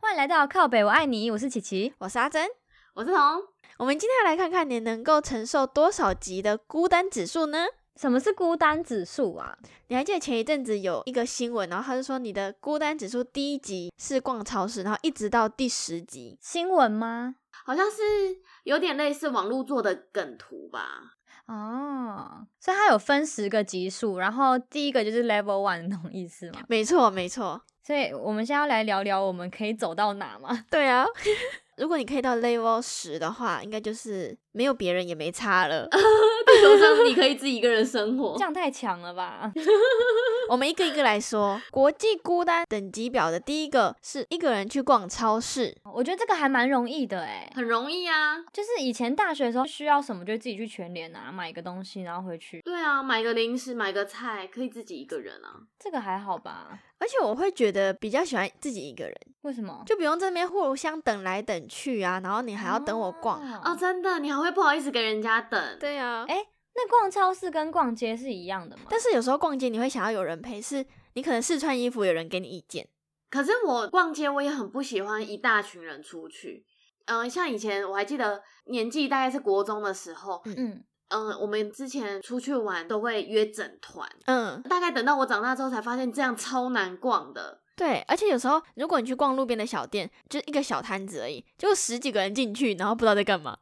欢迎来到靠北，我爱你，我是琪琪。我是阿珍。我是彤，我们今天要来看看你能够承受多少级的孤单指数呢？什么是孤单指数啊？你还记得前一阵子有一个新闻，然后他就说你的孤单指数第一集是逛超市，然后一直到第十集。新闻吗？好像是有点类似网络做的梗图吧？ 哦，所以它有分十个级数，然后第一个就是 level one 那种意思嘛。没错，没错，所以我们现在要来聊聊我们可以走到哪嘛？对啊。 如果你可以到 level 十的话，应该就是没有别人也没差 了。地球上你可以自己一个人生活哦这。样太强了吧？我们一个一个来说，国际孤单等级表的第一个是一个人去逛超市，我觉得这个还蛮容易的哎、很容易啊，就是以前大学的时候需要什么就自己去全联啊买个东西，然后回去，对啊，买个零食，买个菜，可以自己一个人啊。这个还好吧？而且我会觉得比较喜欢自己一个人，为什么？就不用这边互相等来等去啊，然后你还要等我逛。哦，嗯真的，你还会不好意思给人家等。啊对啊哎那逛超市跟逛街是一样的吗？但是有时候逛街你会想要有人陪，是你可能试穿衣服有人给你意见，可是我逛街，我也很不喜欢一大群人出去。嗯、像以前我还记得年纪大概是国中的时候，嗯， 嗯、我们之前出去玩都会约整团，嗯，大概等到我长大之后才发现这样超难逛的。对。而且有时候如果你去逛路边的小店，就一个小摊子而已，就十几个人进去，然后不知道在干嘛，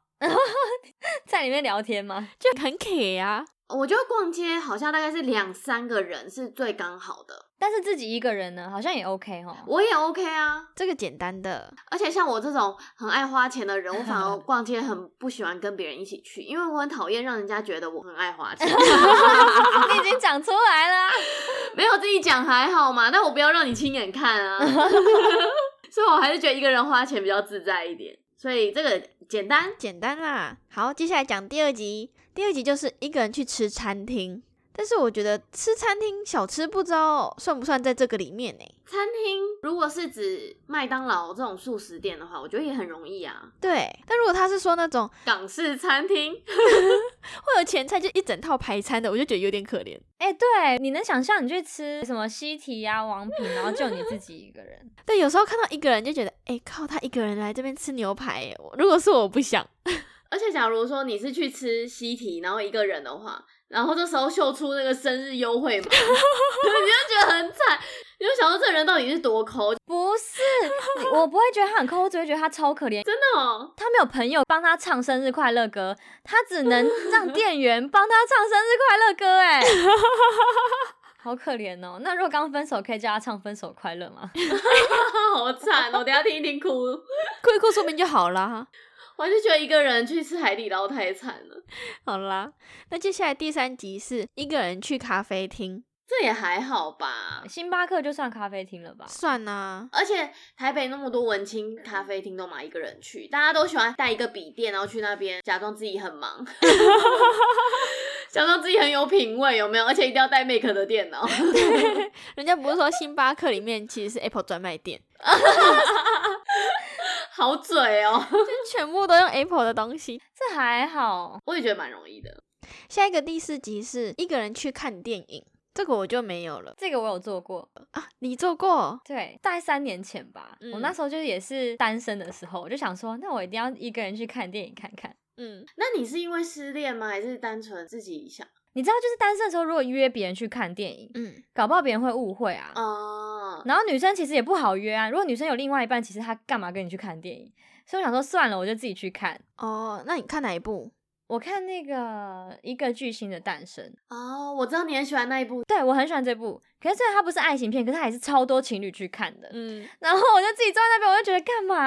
在里面聊天吗？就很 K 啊。我觉得逛街好像大概是两三个人是最刚好的，但是自己一个人呢，好像也 OK 哈。我也 OK 啊。这个简单的，而且像我这种很爱花钱的人，我反而逛街很不喜欢跟别人一起去，因为我很讨厌让人家觉得我很爱花钱。 你已经讲出来了啊、没有自己讲还好嘛，但我不要让你亲眼看啊。所以我还是觉得一个人花钱比较自在一点。所以这个简单，简单啦。好，接下来讲第二集，第二集就是一个人去吃餐厅。但是我觉得吃餐厅小吃不知道算不算在这个里面呢、餐厅如果是指麦当劳这种素食店的话，我觉得也很容易啊。对，但如果他是说那种港式餐厅，会有前菜就一整套排餐的，我就觉得有点可怜。哎、对，你能想象你去吃什么西提呀、王品，然后就你自己一个人？ 对，有时候看到一个人就觉得，哎、靠，他一个人来这边吃牛排耶，我如果是我我不想。而且假如说你是去吃西提，然后一个人的话，然后这时候秀出那个生日优惠 码，你就觉得很惨，你就想说这人到底是多抠，真不是，你我不会觉得他很抠，我只会觉得他超可怜。的哦。 他没有朋友帮他唱生日快乐歌，他只能让店员帮他唱生日快乐歌，哎， 好可怜哦。那如果刚分手，可以叫他唱《分手快乐》吗？ 好惨哦！等一下听一听哭，哭一哭说明就好啦，我还是觉得一个人去吃海底捞太惨了。 好啦。那接下来第三集是一个人去咖啡厅，这也还好吧。星巴克就算咖啡厅了吧？算啦、而且台北那么多文青咖啡厅都嘛一个人去，大家都喜欢带一个笔电，然后去那边假装自己很忙， 假装自己很有品味，有没有？而且一定要带 Make 的电脑， 人家不是说星巴克里面其实是 Apple 专卖店，好嘴哦。就全部都用 Apple 的东西。这还好，我也觉得蛮容易的。下一个第四集是一个人去看电影，这个我就没有了。这个我有做过。你做过？对，大概三年前吧，我嗯那时候就是也是单身的时候，我就想说，那我一定要一个人去看电影看看。嗯，那你是因为失恋吗？还是单纯自己想？你知道，就是单身的时候，如果约别人去看电影，嗯，搞不好别人会误会啊。哦、然后女生其实也不好约啊，如果女生有另外一半，其实她干嘛跟你去看电影？所以我想说，算了，我就自己去看。哦，那你看哪一部？我看那个一个巨星的诞生，哦，我知道你很喜欢那一部，对我很喜欢这部。可是虽然它不是爱情片，可是它也是超多情侣去看的。嗯，然后我就自己坐在那边，我就觉得干嘛、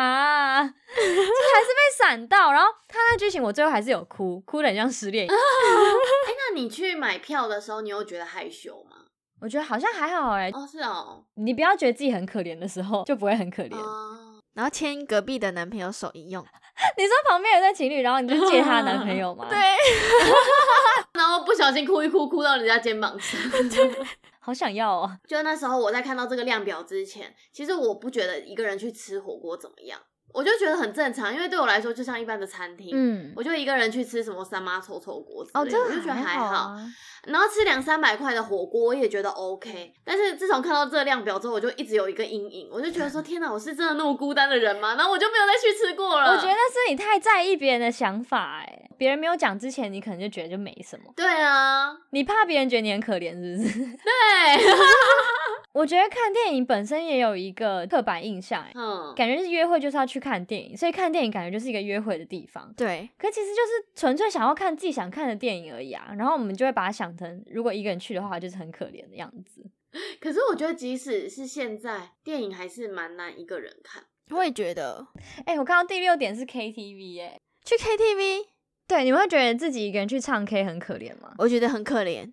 啊？ 就还是被闪到。然后他那剧情，我最后还是有哭，哭的很像失恋。那你去买票的时候，你有觉得害羞吗？ 我觉得好像还好哎、哦，是哦，你不要觉得自己很可怜的时候，就不会很可怜。哦，然后牵隔壁的男朋友手一用， 你说旁边有对情侣，然后你就借她男朋 友吗？对，然后不小心哭一哭，哭到人家肩膀 上。好想要哦。就那时候我在看到这个量表之前，其实我不觉得一个人去吃火锅怎么样，我就觉得很正常，因为对我来说就像一般的餐厅，嗯，我就一个人去吃什么三妈臭臭锅之哦，类的，这我就觉得还好好。啊，然后吃两三百块的火锅，我也觉得 OK。但是自从看到这量表之后，我就一直有一个阴影，我就觉得嗯说，天哪，我是真的那么孤单的人吗？然后我就没有再去吃过了。我觉得是你太在意别人的想法、哎，别人没有讲之前，你可能就觉得就没什么，对啊，你怕别人觉得你很可怜，是不是？对， 我觉得看电影本身也有一个刻板印象、哎，嗯，感觉就是约会就是要去看电影，所以看电影感觉就是一个约会的地方。对，可其实就是纯粹想要看自己想看的电影而已啊，然后我们就会把它想成，如果一个人去的话，就是很可怜的样子。可是我觉得即使是现在，电影还是蛮难一个人看。我也觉得哎、我看到第六点是 KTV 哎、去 KTV 对，你们会觉得自己一个人去唱 K 很可怜吗？我觉得很可 怜，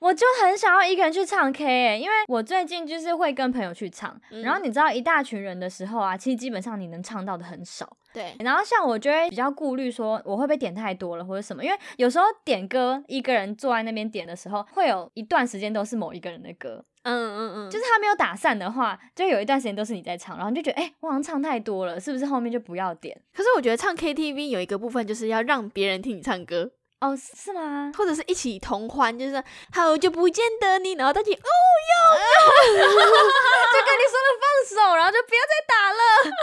我就很想要一个人去唱 K 哎、因为我最近就是会跟朋友去唱，嗯然后你知道一大群人的时候啊，其实基本上你能唱到的很少。对，然后像我就会比较顾虑说我会不会点太多了或者什么，因为有时候点歌一个人坐在那边点的时候，会有一段时间都是某一个人的歌，嗯嗯嗯，就是他没有打散的话，就有一段时间都是你在唱，然后你就觉得哎、诶我好像唱太多了，是不是后面就不要点？可是我觉得唱 KTV 有一个部分就是要让别人听你唱歌，哦，是是吗？ 或者是一起同欢，就是好久不见的你，然后大家哦，就跟你说了放手，然后就不要再打了。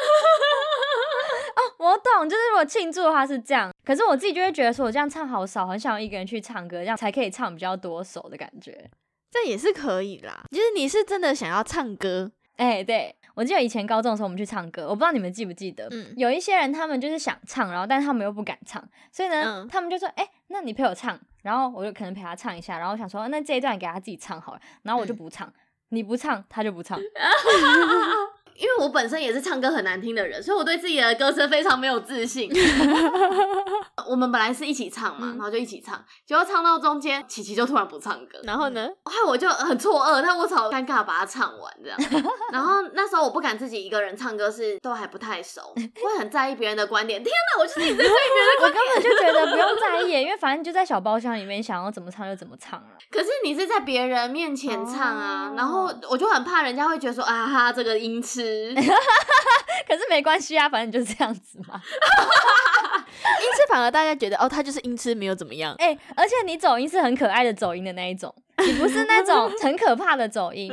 哦，我懂，就是如果庆祝的话是这样，可是我自己就会觉得说我这样唱好少，很想要一个人去唱歌，这样才可以唱比较多首的感觉。这也是可以啦。就是你是真的想要唱歌，哎、对。我记得以前高中的时候，我们去唱歌，我不知道你们记不记得，嗯有一些人他们就是想唱，然后但是他们又不敢唱，所以呢，嗯他们就说：“哎、那你陪我唱。”然后我就可能陪他唱一下，然后我想说，那这一段给他自己唱好了，然后我就嗯不唱，你不唱他就不唱，因为我本身也是唱歌很难听的人，所以我对自己的歌声非常没有 自信。我们本来是一起唱嘛，嗯然后就一起唱，结果唱到中间，琪琪就突然不唱歌，然后呢，害我就很错愕，但我超尴尬把它唱完这样。 然后那时候我不敢自己一个人唱歌，是都还不太熟，会很在意别人的观点。天哪，我就是一直 在在意别人的我根观点。本就觉得不用在意，因为反正就在小包厢里面，想要怎么唱就怎么唱了、 可是你是在别人面前唱啊哦然后我就很怕人家会觉得说啊哈这个音痴，可是没关系啊，反正就是这样子嘛。因此反而大家觉得哦，他就是音痴没有怎么样，哎、而且你走音是很可爱的走音的那一种，你不是那 种很可怕的走音。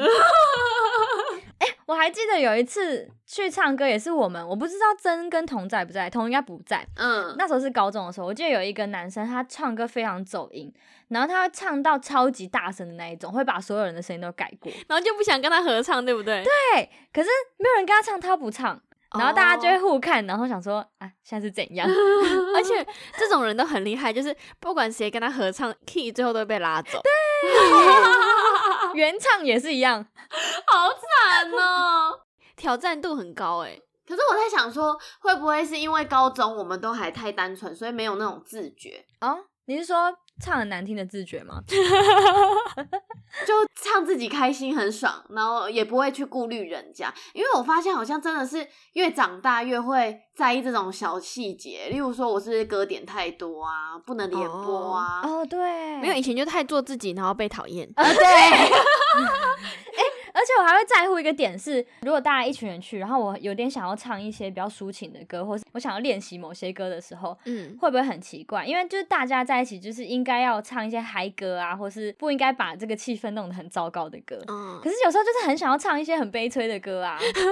哎、我还记得有一次去唱歌，也是我们，我不知道真跟童在不在，童应该不在。嗯，那时候是高中的时候，我记得有一个男生，他唱歌非常走音，然后他会唱到超级大声的那一种，会把所有人的声音都盖过。然后就不想跟他合唱，对不对？对，对，可是没有人跟他唱，他不唱。然后大家就哦会互看，然后想说啊，现在是怎样？而且这种人都很厉害，就是不管谁跟他合唱，key 最后都会被拉走。原唱也是一样，好惨哦。挑战度很高哎、可是我在想说，会不会是因为高中我们都还太单纯，所以没有那种自觉，哦，你是说唱很难听的自觉 吗？就唱自己开心很爽，然后也不会去顾虑人家。因为我发现好像真的是越长大越会在意这种小细节，例如说我是不是歌点太多啊，不能连播啊。哦，对，没有以前就太做自己，然后被讨厌。 啊，对。哎、而且我还会在乎一个点是，如果大家一群人去，然后我有点想要唱一些比较抒情的歌，或是我想要练习某些歌的时候，嗯，会不会很奇怪？因为就是大家在一起，就是应该要唱一些嗨歌啊，或是不应该把这个气氛弄得很糟糕的歌。嗯，可是有时候就是很想要唱一些很悲催的歌啊， 很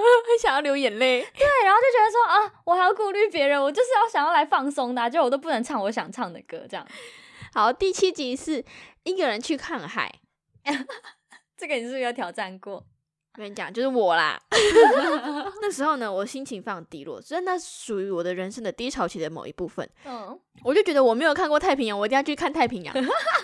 想要流眼泪。 对，然后就觉得说啊，我还要顾虑别人，我就是要想要来放松的、啊，就我都不能唱我想唱的歌，这样。好，第七集是一个人去看海，这个你是不是有挑战过？跟你讲，就是我啦。 那时候呢，我心情非常低落，真的属于我的人生的低潮期的某一部分。嗯，我就觉得我没有看过太平洋，我一定要去看太平洋。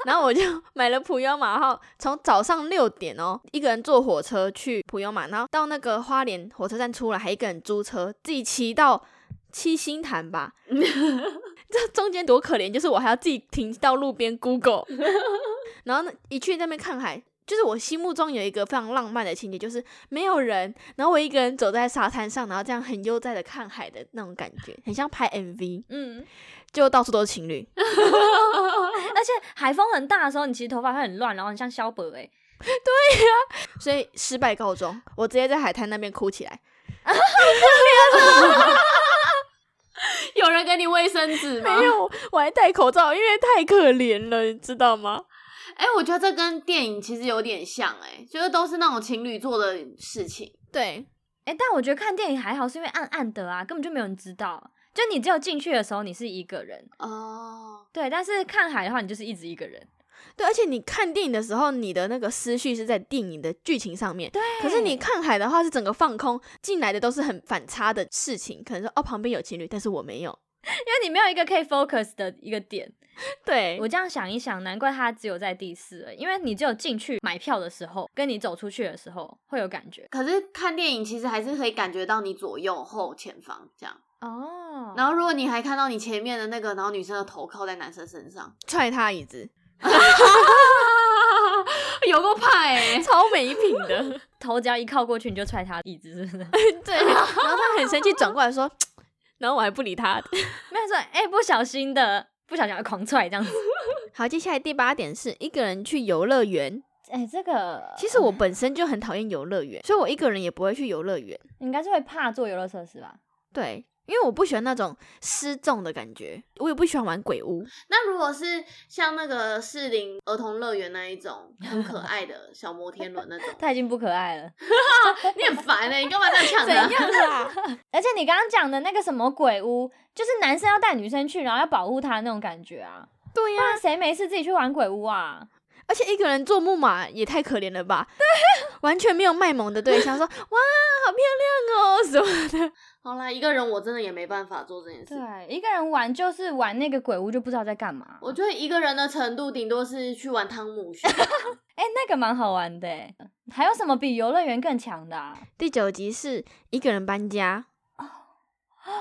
然后我就买了普悠玛号，从早上六点哦，一个人坐火车去普悠玛，然后到那个花莲火车站出来，还一个人租车自己骑到七星潭吧。这中间多可怜，就是我还要自己停到路边 Google，然后呢一去那边看海。就是我心目中有一个非常浪漫的情节，就是没有人，然后我一个人走在沙滩上，然后这样很悠哉的看海的那种感觉，很像拍 MV。嗯，就到处都是情侣，而且海风很大的时候，你其实头发会很乱，然后很像萧伯哎、所以失败告终。我直接在海滩那边哭起来， 有人给你卫生纸吗？哎没有，我还戴口罩，因为太可怜了，你知道吗？哎、我觉得这跟电影其实有点像、哎，就是都是那种情侣做的事情。对，哎、但我觉得看电影还好，是因为暗暗的啊，根本就没有人知道。就你只有进去的时候你是一个人，哦，对，但是看海的话你就是一直一个人。对，而且你看电影的时候，你的那个思绪是在电影的剧情上面。对，可是你看海的话，是整个放空，进来的都是很反差的事情。可能说哦，旁边有情侣，但是我没有。因为你没有一个可以 focus 的一个点。对，我这样想一想，难怪他只有在第四而已，因为你只有进去买票的时候，跟你走出去的时候会有感觉可是看电影其实还是可以感觉到你左右后前方这样。哦然后如果你还看到你前面的那个，然后女生的头靠在男生身上，踹他椅子，有够怕 哎、超没品的。头只要一靠过去，你就踹他椅子，是不 是？对， 然后他很生气，转过来说，然后我还不理他。没有说，哎、不小心的，不小心的狂踹这 样子。好，接下来第八点是一个人去游乐园。哎、这个其实我本身就很讨厌游乐园，所以我一个人也不会去游乐园。应该是会怕做游乐设施吧？，对，因为我不喜欢那种失重的感觉，我也不喜欢玩鬼屋。那如果是像那个适龄儿童乐园那一种很可 爱的小摩天轮那种他已经不可爱了。你很烦哎、你干嘛这 怎样抢他？样啦？而且你刚刚讲的那个什么鬼屋，就是男生要带女生去，然后要保护她那种感觉啊。对呀、不然谁没事自己去玩鬼屋啊？而且一个人坐木马也太可怜了吧？对，完全没有卖萌的对象，说哇好漂亮哦什么的。好啦，一个人我真的也没办法做这件事。啊对，一个人玩就是玩那个鬼屋，就不知道在干嘛。我觉得一个人的程度，顶多是去玩汤 姆熊。哎、那个蛮好玩的欸。还有什么比游乐园更强的、啊？第九集是一个人搬家，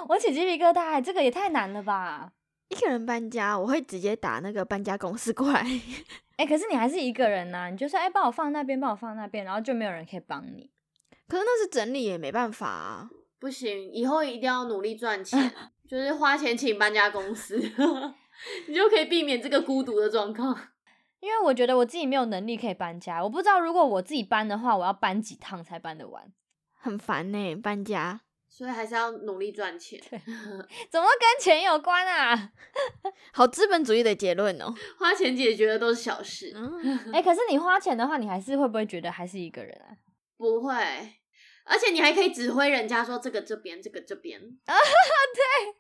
我起鸡皮疙瘩，哎这个也太难了吧？一个人搬家，我会直接打那个搬家公司过来。 哎、可是你还是一个人呐、你就说哎，帮、我放那边，帮我放那边，然后就没有人可以帮你。可是那是整理也没办法啊。不行，以后一定要努力 赚钱，就是花钱请搬家公司， 你就可以避免这个孤独的状况。因为我觉得我自己没有能力可以搬家，我不知道如果我自己搬的话，我要搬几趟才搬得完？ 很烦呢、搬家。所以还是要努力赚钱，怎么跟钱有关啊？ 好资本主义的结论哦。花钱解决的都是小事。嗯，哎、可是你花钱的话，你还是会不会觉得还是一个人啊？不会，而且你还可以指挥人家说这个这边，这个这边。啊，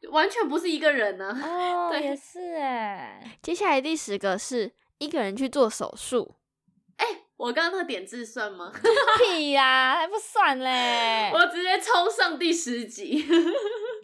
对， 完全不是一个人啊呢、哦， 对也是哎、接下来第十个是一个人去做手术。 我刚刚那个点字算吗？屁呀、还不算嘞。 我直接冲上第十集。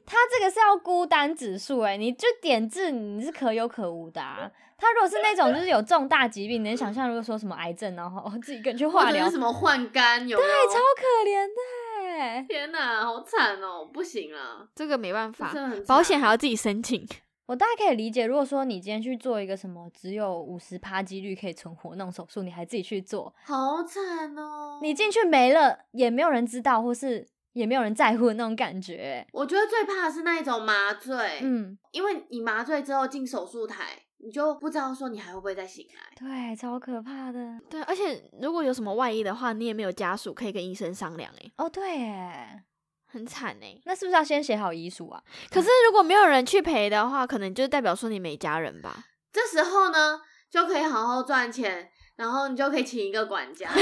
他这个是要孤单指数哎、你就点痣你是可有可无的、啊。他如果是那种就是有重大疾病，你能想象如果说什么癌症，然后 哦自己一个人去 或化者疗，超是什么换肝有没有？可怜的哎、 天哪，好惨哦，不行啦，这个没办这法真，的很保惨险还要自己申请。我大概可以理解，如果说你今天去做一个什么只有五十趴几率可以存活那种手术，你还自己去做，好惨哦。你进去没了也没有人知道，或是也没有人在乎的那种感觉欸、我觉得最怕的是那一种麻醉，嗯，因为你麻醉之后进手术台，你就不知道说你还会不会再醒来。对，超可怕的。 对，而且如果有什么外医的话，你也没有家属可以跟医生商量、欸，哦，对耶，很惨哎、那是不是要先写好遗书啊？可是如果没有人去陪的话，可能就代表说你没家人吧。这时候呢，就可以好好赚钱，然后你就可以请一个 管家或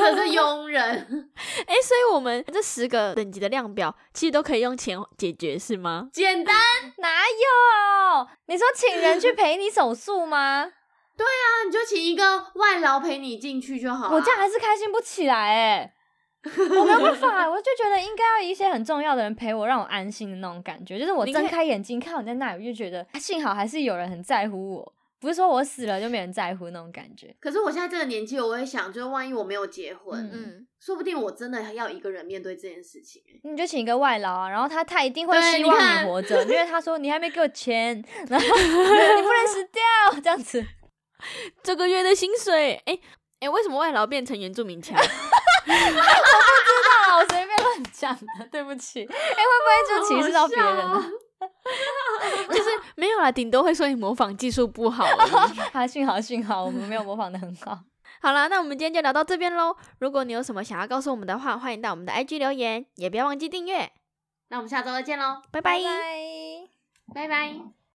者是佣人，哎、所以我们这十个等级的量表其实都可以用钱解决，是吗？简单哪有？你说请人去陪你手术吗？啊，你就请一个外劳陪你进去就好了。啊我这样还是开心不起来哎、我没有办法，我就觉得应该要一些很重要的人陪我，让我安心的那种感觉。就是我你可以睁开眼睛看我在那里，我就觉得啊幸好还是有人很在乎我，不是说我死了就没人在乎那种感觉。可是我现在这个年纪，我会想，就是万一我没有结婚，嗯说不定我真的要一个人面对这件事情。欸你就请一个外劳啊，然后他他一定会对希你望看你活着，因为他说你还没给我钱，然后你不能死掉这样子。这个月的薪水，哎、哎、为什么外劳变成原住民腔？ 啊，我随便乱讲的，对不起。哎、会不会就歧视到别人好好啊？笑哦就是没 有啦，顶多会说你模仿技术不好而已。啊，幸好幸好，我们没有模仿的很好。好啦，那我们今天就聊到这边喽。如果你有什么想要告诉我们的话，欢迎到我们的 IG 留言，也不要忘记订阅。那我们下周再见喽，拜拜拜。拜。拜拜。